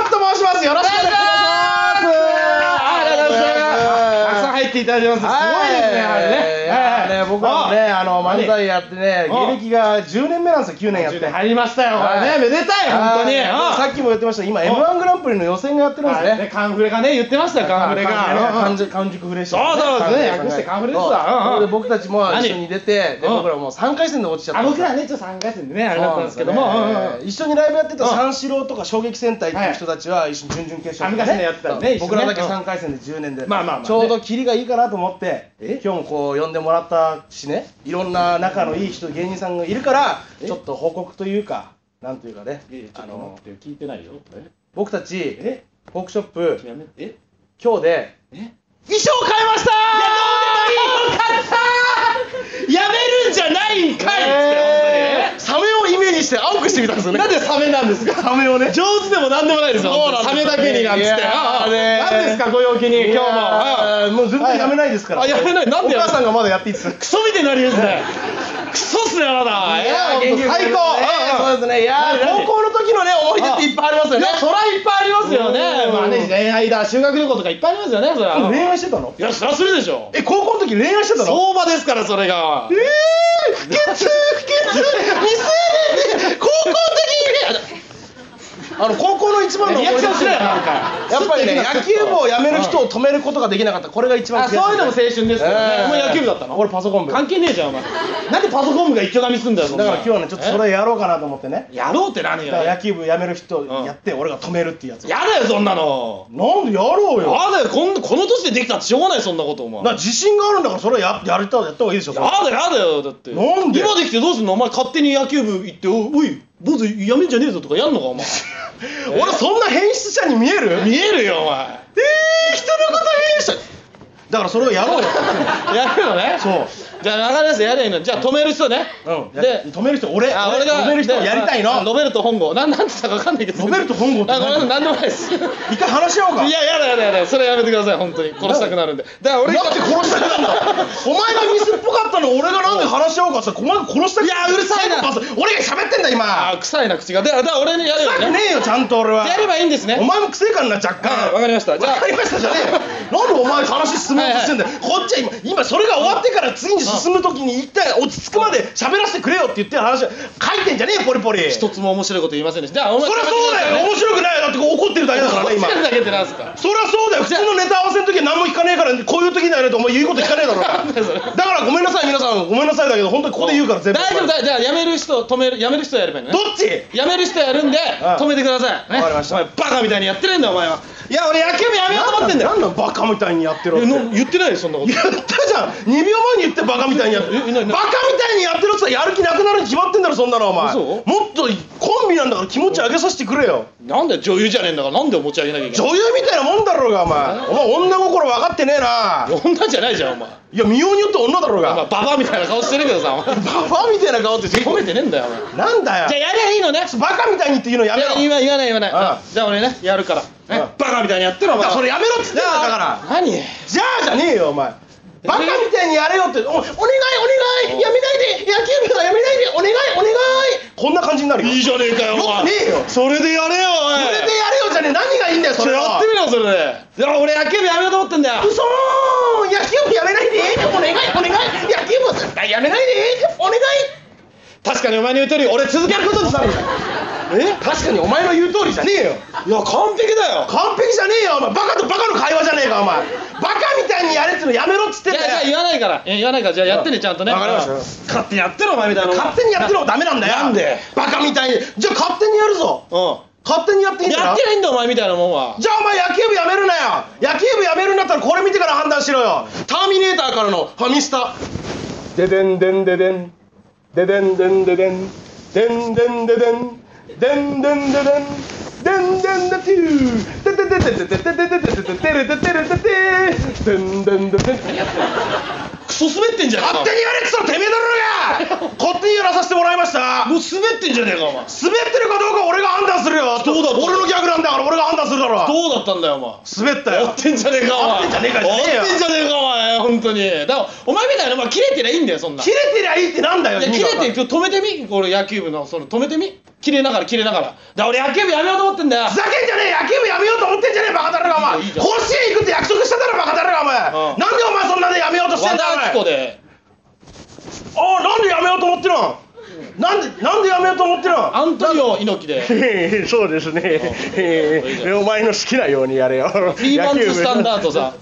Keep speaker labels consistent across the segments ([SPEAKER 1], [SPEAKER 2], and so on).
[SPEAKER 1] よろしくお願いしますありがとうございますたくさん入っていただいてますすごいですねやはりね
[SPEAKER 2] はいね僕はねあの漫才やってね
[SPEAKER 1] あ
[SPEAKER 2] 芸歴が10年目なんですよ9年やって
[SPEAKER 1] 10年入りましたよこれ
[SPEAKER 2] はい
[SPEAKER 1] ねめでたい本当に
[SPEAKER 2] はい
[SPEAKER 1] うん
[SPEAKER 2] さっきも言ってました今 m 1グランプリの予選がやってるんです
[SPEAKER 1] はい
[SPEAKER 2] ね
[SPEAKER 1] ねカンフレがね言ってましたよカンフレがう
[SPEAKER 2] 完
[SPEAKER 1] ん
[SPEAKER 2] 熟完熟フレッシュ
[SPEAKER 1] そうそうですね
[SPEAKER 2] 完熟
[SPEAKER 1] 略してカンフレッシ
[SPEAKER 2] そ
[SPEAKER 1] ュ
[SPEAKER 2] う
[SPEAKER 1] だうんうん
[SPEAKER 2] それで僕たちも
[SPEAKER 1] 何
[SPEAKER 2] 一緒に出てで
[SPEAKER 1] うん
[SPEAKER 2] 僕らもう3回戦で落ちちゃった
[SPEAKER 1] あ
[SPEAKER 2] んです
[SPEAKER 1] 僕
[SPEAKER 2] よ
[SPEAKER 1] らねちょっと3回戦でねあれだ
[SPEAKER 2] そ
[SPEAKER 1] っ
[SPEAKER 2] うなんん
[SPEAKER 1] たで
[SPEAKER 2] ですす
[SPEAKER 1] け
[SPEAKER 2] け
[SPEAKER 1] ど
[SPEAKER 2] ど
[SPEAKER 1] も
[SPEAKER 2] も、
[SPEAKER 1] うんうんうん
[SPEAKER 2] 一緒にライブやってた
[SPEAKER 1] うん
[SPEAKER 2] 三四郎とか衝撃戦隊っていう人たちは一緒に準々決勝とか
[SPEAKER 1] あ昔ねやってたよね
[SPEAKER 2] そう
[SPEAKER 1] 一緒に
[SPEAKER 2] 僕
[SPEAKER 1] ね
[SPEAKER 2] らだけ3回戦で10年で、
[SPEAKER 1] まあまあまあね
[SPEAKER 2] ちょうどキリがいいかなと思って
[SPEAKER 1] え
[SPEAKER 2] 今日もこう呼んでもらったしねいろんな仲のいい人芸人さんがいるからちょっと報告というかなんというかね
[SPEAKER 1] いやいやちょ
[SPEAKER 2] あ
[SPEAKER 1] っと待
[SPEAKER 2] の
[SPEAKER 1] ってよ聞いてないよ
[SPEAKER 2] 僕たち
[SPEAKER 1] え
[SPEAKER 2] フォークショップ
[SPEAKER 1] やめえ
[SPEAKER 2] 今日で
[SPEAKER 1] え
[SPEAKER 2] 衣装変えました
[SPEAKER 1] やめるんじゃないんかいっつって
[SPEAKER 2] え
[SPEAKER 1] 本
[SPEAKER 2] ーサメをイメージして青くしてみたんですよ
[SPEAKER 1] 当に
[SPEAKER 2] ね
[SPEAKER 1] なんでサメなんです か
[SPEAKER 2] サメをね
[SPEAKER 1] 上手でもなんでもないですよ
[SPEAKER 2] そうなんです
[SPEAKER 1] サメだけになんつって
[SPEAKER 2] いやーね
[SPEAKER 1] 何ですかご陽気に今日もあ
[SPEAKER 2] ももう絶対やめ ないですから、
[SPEAKER 1] あやめないなんで
[SPEAKER 2] お母さんがまだやっていいっす
[SPEAKER 1] クソみたいになりですねクソっすねあなた
[SPEAKER 2] いや最高
[SPEAKER 1] うんうん
[SPEAKER 2] そうですねいやー
[SPEAKER 1] 何何
[SPEAKER 2] 高校の時のね思い出っていっぱいありますよ
[SPEAKER 1] い
[SPEAKER 2] ね
[SPEAKER 1] やそらいっぱいありますよね
[SPEAKER 2] うん
[SPEAKER 1] まあね恋愛だ修学旅行とかいっぱいありますよねそれは
[SPEAKER 2] 恋愛してたの
[SPEAKER 1] いやそらするでしょ
[SPEAKER 2] え高校の時恋愛してたの
[SPEAKER 1] 相場ですからそれが
[SPEAKER 2] ええ不潔不潔未成年で高校の時にあの高校の一番の
[SPEAKER 1] リアクションしろよ
[SPEAKER 2] や
[SPEAKER 1] なんか
[SPEAKER 2] っぱりね野球部をやめる人を止めることができなかったこれが一番
[SPEAKER 1] あ
[SPEAKER 2] 悔しい
[SPEAKER 1] そういうのも青春ですからねお
[SPEAKER 2] ええ
[SPEAKER 1] 前野球部だったの
[SPEAKER 2] 俺パソコン部だ
[SPEAKER 1] 関係ねえじゃんお前なんでパソコン部が一丁紙すんだよそん
[SPEAKER 2] か
[SPEAKER 1] な
[SPEAKER 2] ら今日はねちょっとそれやろうかなと思ってね
[SPEAKER 1] えやろうって何
[SPEAKER 2] だ
[SPEAKER 1] よ
[SPEAKER 2] から
[SPEAKER 1] や
[SPEAKER 2] 野球部やめる人やって俺が止めるっていうやつ
[SPEAKER 1] やだよそんなの
[SPEAKER 2] なんでやろうよ
[SPEAKER 1] やだよこんこの年でできたってしょうがないそんなことお前
[SPEAKER 2] な自信があるんだからそれはややりたやった方がいいでしょ
[SPEAKER 1] やだやだよだって
[SPEAKER 2] なんで
[SPEAKER 1] 今できてどうすんのお前勝手に野球部行っておおい坊主やめんじゃねえぞとかやんのかお前
[SPEAKER 2] 俺そんな変質者に見える
[SPEAKER 1] 見えるよお前
[SPEAKER 2] えー、人のこと変質者だからそれをやろうよ
[SPEAKER 1] やるのね
[SPEAKER 2] そう
[SPEAKER 1] じゃあ中ですやりゃいいのじゃあ止める人ね
[SPEAKER 2] うん
[SPEAKER 1] で
[SPEAKER 2] で止める人俺
[SPEAKER 1] あ
[SPEAKER 2] 俺
[SPEAKER 1] 俺が
[SPEAKER 2] 止める人をやりたい
[SPEAKER 1] であ
[SPEAKER 2] の
[SPEAKER 1] ロベルト本郷なんなんて言ったかわかんないけど
[SPEAKER 2] ロベルト本郷って
[SPEAKER 1] あごめんなさい
[SPEAKER 2] 何
[SPEAKER 1] なんでもないですいや
[SPEAKER 2] 一回話し合おうか
[SPEAKER 1] やだやだやだそれやめてください本当に殺したくなるんでだから俺
[SPEAKER 2] だ
[SPEAKER 1] が
[SPEAKER 2] って殺したくなん だお前がミスっぽかったの俺がなんで話し合おうかさお前が殺したく
[SPEAKER 1] いやうるさいな
[SPEAKER 2] パス俺が喋ってんだ今
[SPEAKER 1] あ臭いな口がだからだから俺にやる
[SPEAKER 2] 臭
[SPEAKER 1] よ
[SPEAKER 2] くね
[SPEAKER 1] ね
[SPEAKER 2] えよちゃんと俺は
[SPEAKER 1] やればいいんですね
[SPEAKER 2] お前も癖からな若
[SPEAKER 1] はい
[SPEAKER 2] 干
[SPEAKER 1] わかりましたじゃあ
[SPEAKER 2] わかりましたじゃねえよなんでお前話進めようとしてんだよこっちは今今それが終わってから次に進む時に一旦落ち着くまで喋らせてくれよって言ってる話書いてんじゃねえよポリポリ
[SPEAKER 1] 一つも面白いこと言いませんでしたじゃあお前
[SPEAKER 2] そりゃそうだよ面白くないよだって怒ってるだけだからね今
[SPEAKER 1] 今だけってなんすか
[SPEAKER 2] そりゃそうだよ普通のネタ合わせの時は何も聞かねえからこういう時だよねとお前言うこと聞かねえだろ
[SPEAKER 1] んだよそれ
[SPEAKER 2] だからごめんなさい皆さんごめんなさいだけど本当にここで言うから全部
[SPEAKER 1] 大丈夫
[SPEAKER 2] どっ
[SPEAKER 1] だじゃあやめる人止めるやめる人やればいいのね
[SPEAKER 2] ち
[SPEAKER 1] やめる人やるんで
[SPEAKER 2] ああ
[SPEAKER 1] 止めてくださいね
[SPEAKER 2] わかりました
[SPEAKER 1] お前バカみたいにやってねえんだよお前はいや俺野球部やめようと思ってんだよ
[SPEAKER 2] なんだバカみたいにやってろって
[SPEAKER 1] いや
[SPEAKER 2] 言
[SPEAKER 1] の言ってないよそんなこと
[SPEAKER 2] ったじゃん2秒前に言ってバカみたいにやってバカ
[SPEAKER 1] え
[SPEAKER 2] み
[SPEAKER 1] なな
[SPEAKER 2] たいにやってるっつったらやる気なくなるに決まってんだろそんなのお前
[SPEAKER 1] 嘘
[SPEAKER 2] もっとコンビなんだから気持ち上げさせてくれよ
[SPEAKER 1] なんで女優じゃねえんだからなんで持ち上げなきゃいけ
[SPEAKER 2] 女
[SPEAKER 1] ない
[SPEAKER 2] 優みたいなもんだろうがお前お前女心分かってねえな
[SPEAKER 1] 女じゃないじゃんお前
[SPEAKER 2] いや見ようによって女だろう
[SPEAKER 1] お前
[SPEAKER 2] が
[SPEAKER 1] ババアみたいな顔してるけどさお前
[SPEAKER 2] ババアみたいな顔って
[SPEAKER 1] 褒めてねえんだよお前
[SPEAKER 2] なんだよ
[SPEAKER 1] じゃあやりゃいいのね
[SPEAKER 2] バカみたいにっていうのや
[SPEAKER 1] い
[SPEAKER 2] め
[SPEAKER 1] や
[SPEAKER 2] ろ
[SPEAKER 1] 言わ言わない言わない
[SPEAKER 2] ああ
[SPEAKER 1] じゃあ俺ねやるからね
[SPEAKER 2] ああ
[SPEAKER 1] バカみたいにやってろお前
[SPEAKER 2] それやめろっつってんだよだから
[SPEAKER 1] 何
[SPEAKER 2] じゃあじゃねえよお前バカみたいにやれよっておお願いお願いやめないで野球部はやめないでお願いお願いこんな感じになるよ
[SPEAKER 1] いいじゃねえかよお
[SPEAKER 2] よく
[SPEAKER 1] 前
[SPEAKER 2] ねえよ
[SPEAKER 1] それでやれよおい
[SPEAKER 2] それでやれよじゃねえ何がいいんだよそ
[SPEAKER 1] そ
[SPEAKER 2] れ
[SPEAKER 1] れ
[SPEAKER 2] は
[SPEAKER 1] やってみろそれでいや俺野球部やめようと思ってんだよ
[SPEAKER 2] 嘘ー野球部やめないでお願いお願い野球部絶対やめないでお願い
[SPEAKER 1] 確かにお前の言う通り俺続けることにしたんだよ
[SPEAKER 2] え確かにお前の言う通りじゃねえよ
[SPEAKER 1] いや完璧だよ
[SPEAKER 2] 完璧じゃねえよお前バカとバカの会話じゃねえかお前バカみたいにやれっつうのやめろっつって
[SPEAKER 1] い
[SPEAKER 2] ん
[SPEAKER 1] やじゃあ
[SPEAKER 2] だ
[SPEAKER 1] 言
[SPEAKER 2] よ
[SPEAKER 1] わないからえ言わないからじゃあやってねちゃんとね
[SPEAKER 2] わかりました
[SPEAKER 1] うん勝手にやってろお前みたいなの
[SPEAKER 2] 勝手にやってるのダメなんだよ
[SPEAKER 1] なんで
[SPEAKER 2] バカみたいにじゃあ勝手にやるぞ
[SPEAKER 1] う
[SPEAKER 2] 勝手にやっていい
[SPEAKER 1] ん
[SPEAKER 2] んだ
[SPEAKER 1] やってないんだお前みたいなもんは
[SPEAKER 2] じゃあお前野球部やめるなよ野球部やめるんだったらこれ見てから判断しろよターミネーターからのファミスタデデンデンデデンデデンデンデデンデンデンデデンデンデンデデンデンデンデテューデデデデデデデデデデデデレデデレデデデンデンデデン
[SPEAKER 1] クソ滑ってんじゃねえか
[SPEAKER 2] 勝手にやれっつったらてめえだろうが勝手にやらさせてもらいました
[SPEAKER 1] もう滑ってんじゃねえかお
[SPEAKER 2] 滑
[SPEAKER 1] 前
[SPEAKER 2] ってるかどうか俺が判断するよ
[SPEAKER 1] そうだ
[SPEAKER 2] 俺のギャグなんだから俺が判断するだろ
[SPEAKER 1] どうだったんだよお前
[SPEAKER 2] 滑った
[SPEAKER 1] や
[SPEAKER 2] よ
[SPEAKER 1] ってんじゃねえかお
[SPEAKER 2] やっ
[SPEAKER 1] 前
[SPEAKER 2] てんじゃねえかじゃねえよ
[SPEAKER 1] やってんじゃねえかお前本当にだからお前みたいなのは切れてりゃいいんだよそんな
[SPEAKER 2] 切れてりゃいいってなんだよ
[SPEAKER 1] いや
[SPEAKER 2] 意味
[SPEAKER 1] 切
[SPEAKER 2] が
[SPEAKER 1] れていく止めてみ俺野球部のその止めてみ切れながら切れながらだから俺野球部やめようと思ってんだよ
[SPEAKER 2] ふざけんじゃねえ野球部やめようと思持ってんじゃねえバカだろがお前
[SPEAKER 1] いいじゃ
[SPEAKER 2] 甲
[SPEAKER 1] ん
[SPEAKER 2] 子園行くって約束してたろバカだろがお前
[SPEAKER 1] うん
[SPEAKER 2] なんでお前そんなでやめようとしてん
[SPEAKER 1] 和
[SPEAKER 2] だお前
[SPEAKER 1] 田アキ子で
[SPEAKER 2] ああなんでやめようと思ってるのなんでなんでやめようと思ってるの
[SPEAKER 1] アントニオ猪木で
[SPEAKER 2] ええそうですね、え
[SPEAKER 1] いいじゃ
[SPEAKER 2] えお前の好きなようにやれよ
[SPEAKER 1] フリーマンズスタンダードさ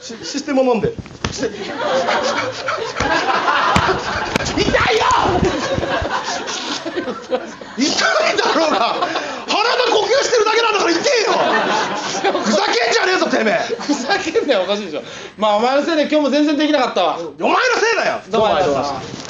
[SPEAKER 2] シシステム飲んでシ痛いよ痛いだろうな鼻が呼吸してるだけなんだから痛えよふざけんじゃねえぞてめえ
[SPEAKER 1] ふざけんなよおかしいでしょまあお前のせいで今日も全然できなかったわ
[SPEAKER 2] お前のせいだよ
[SPEAKER 1] どうもありがとうございました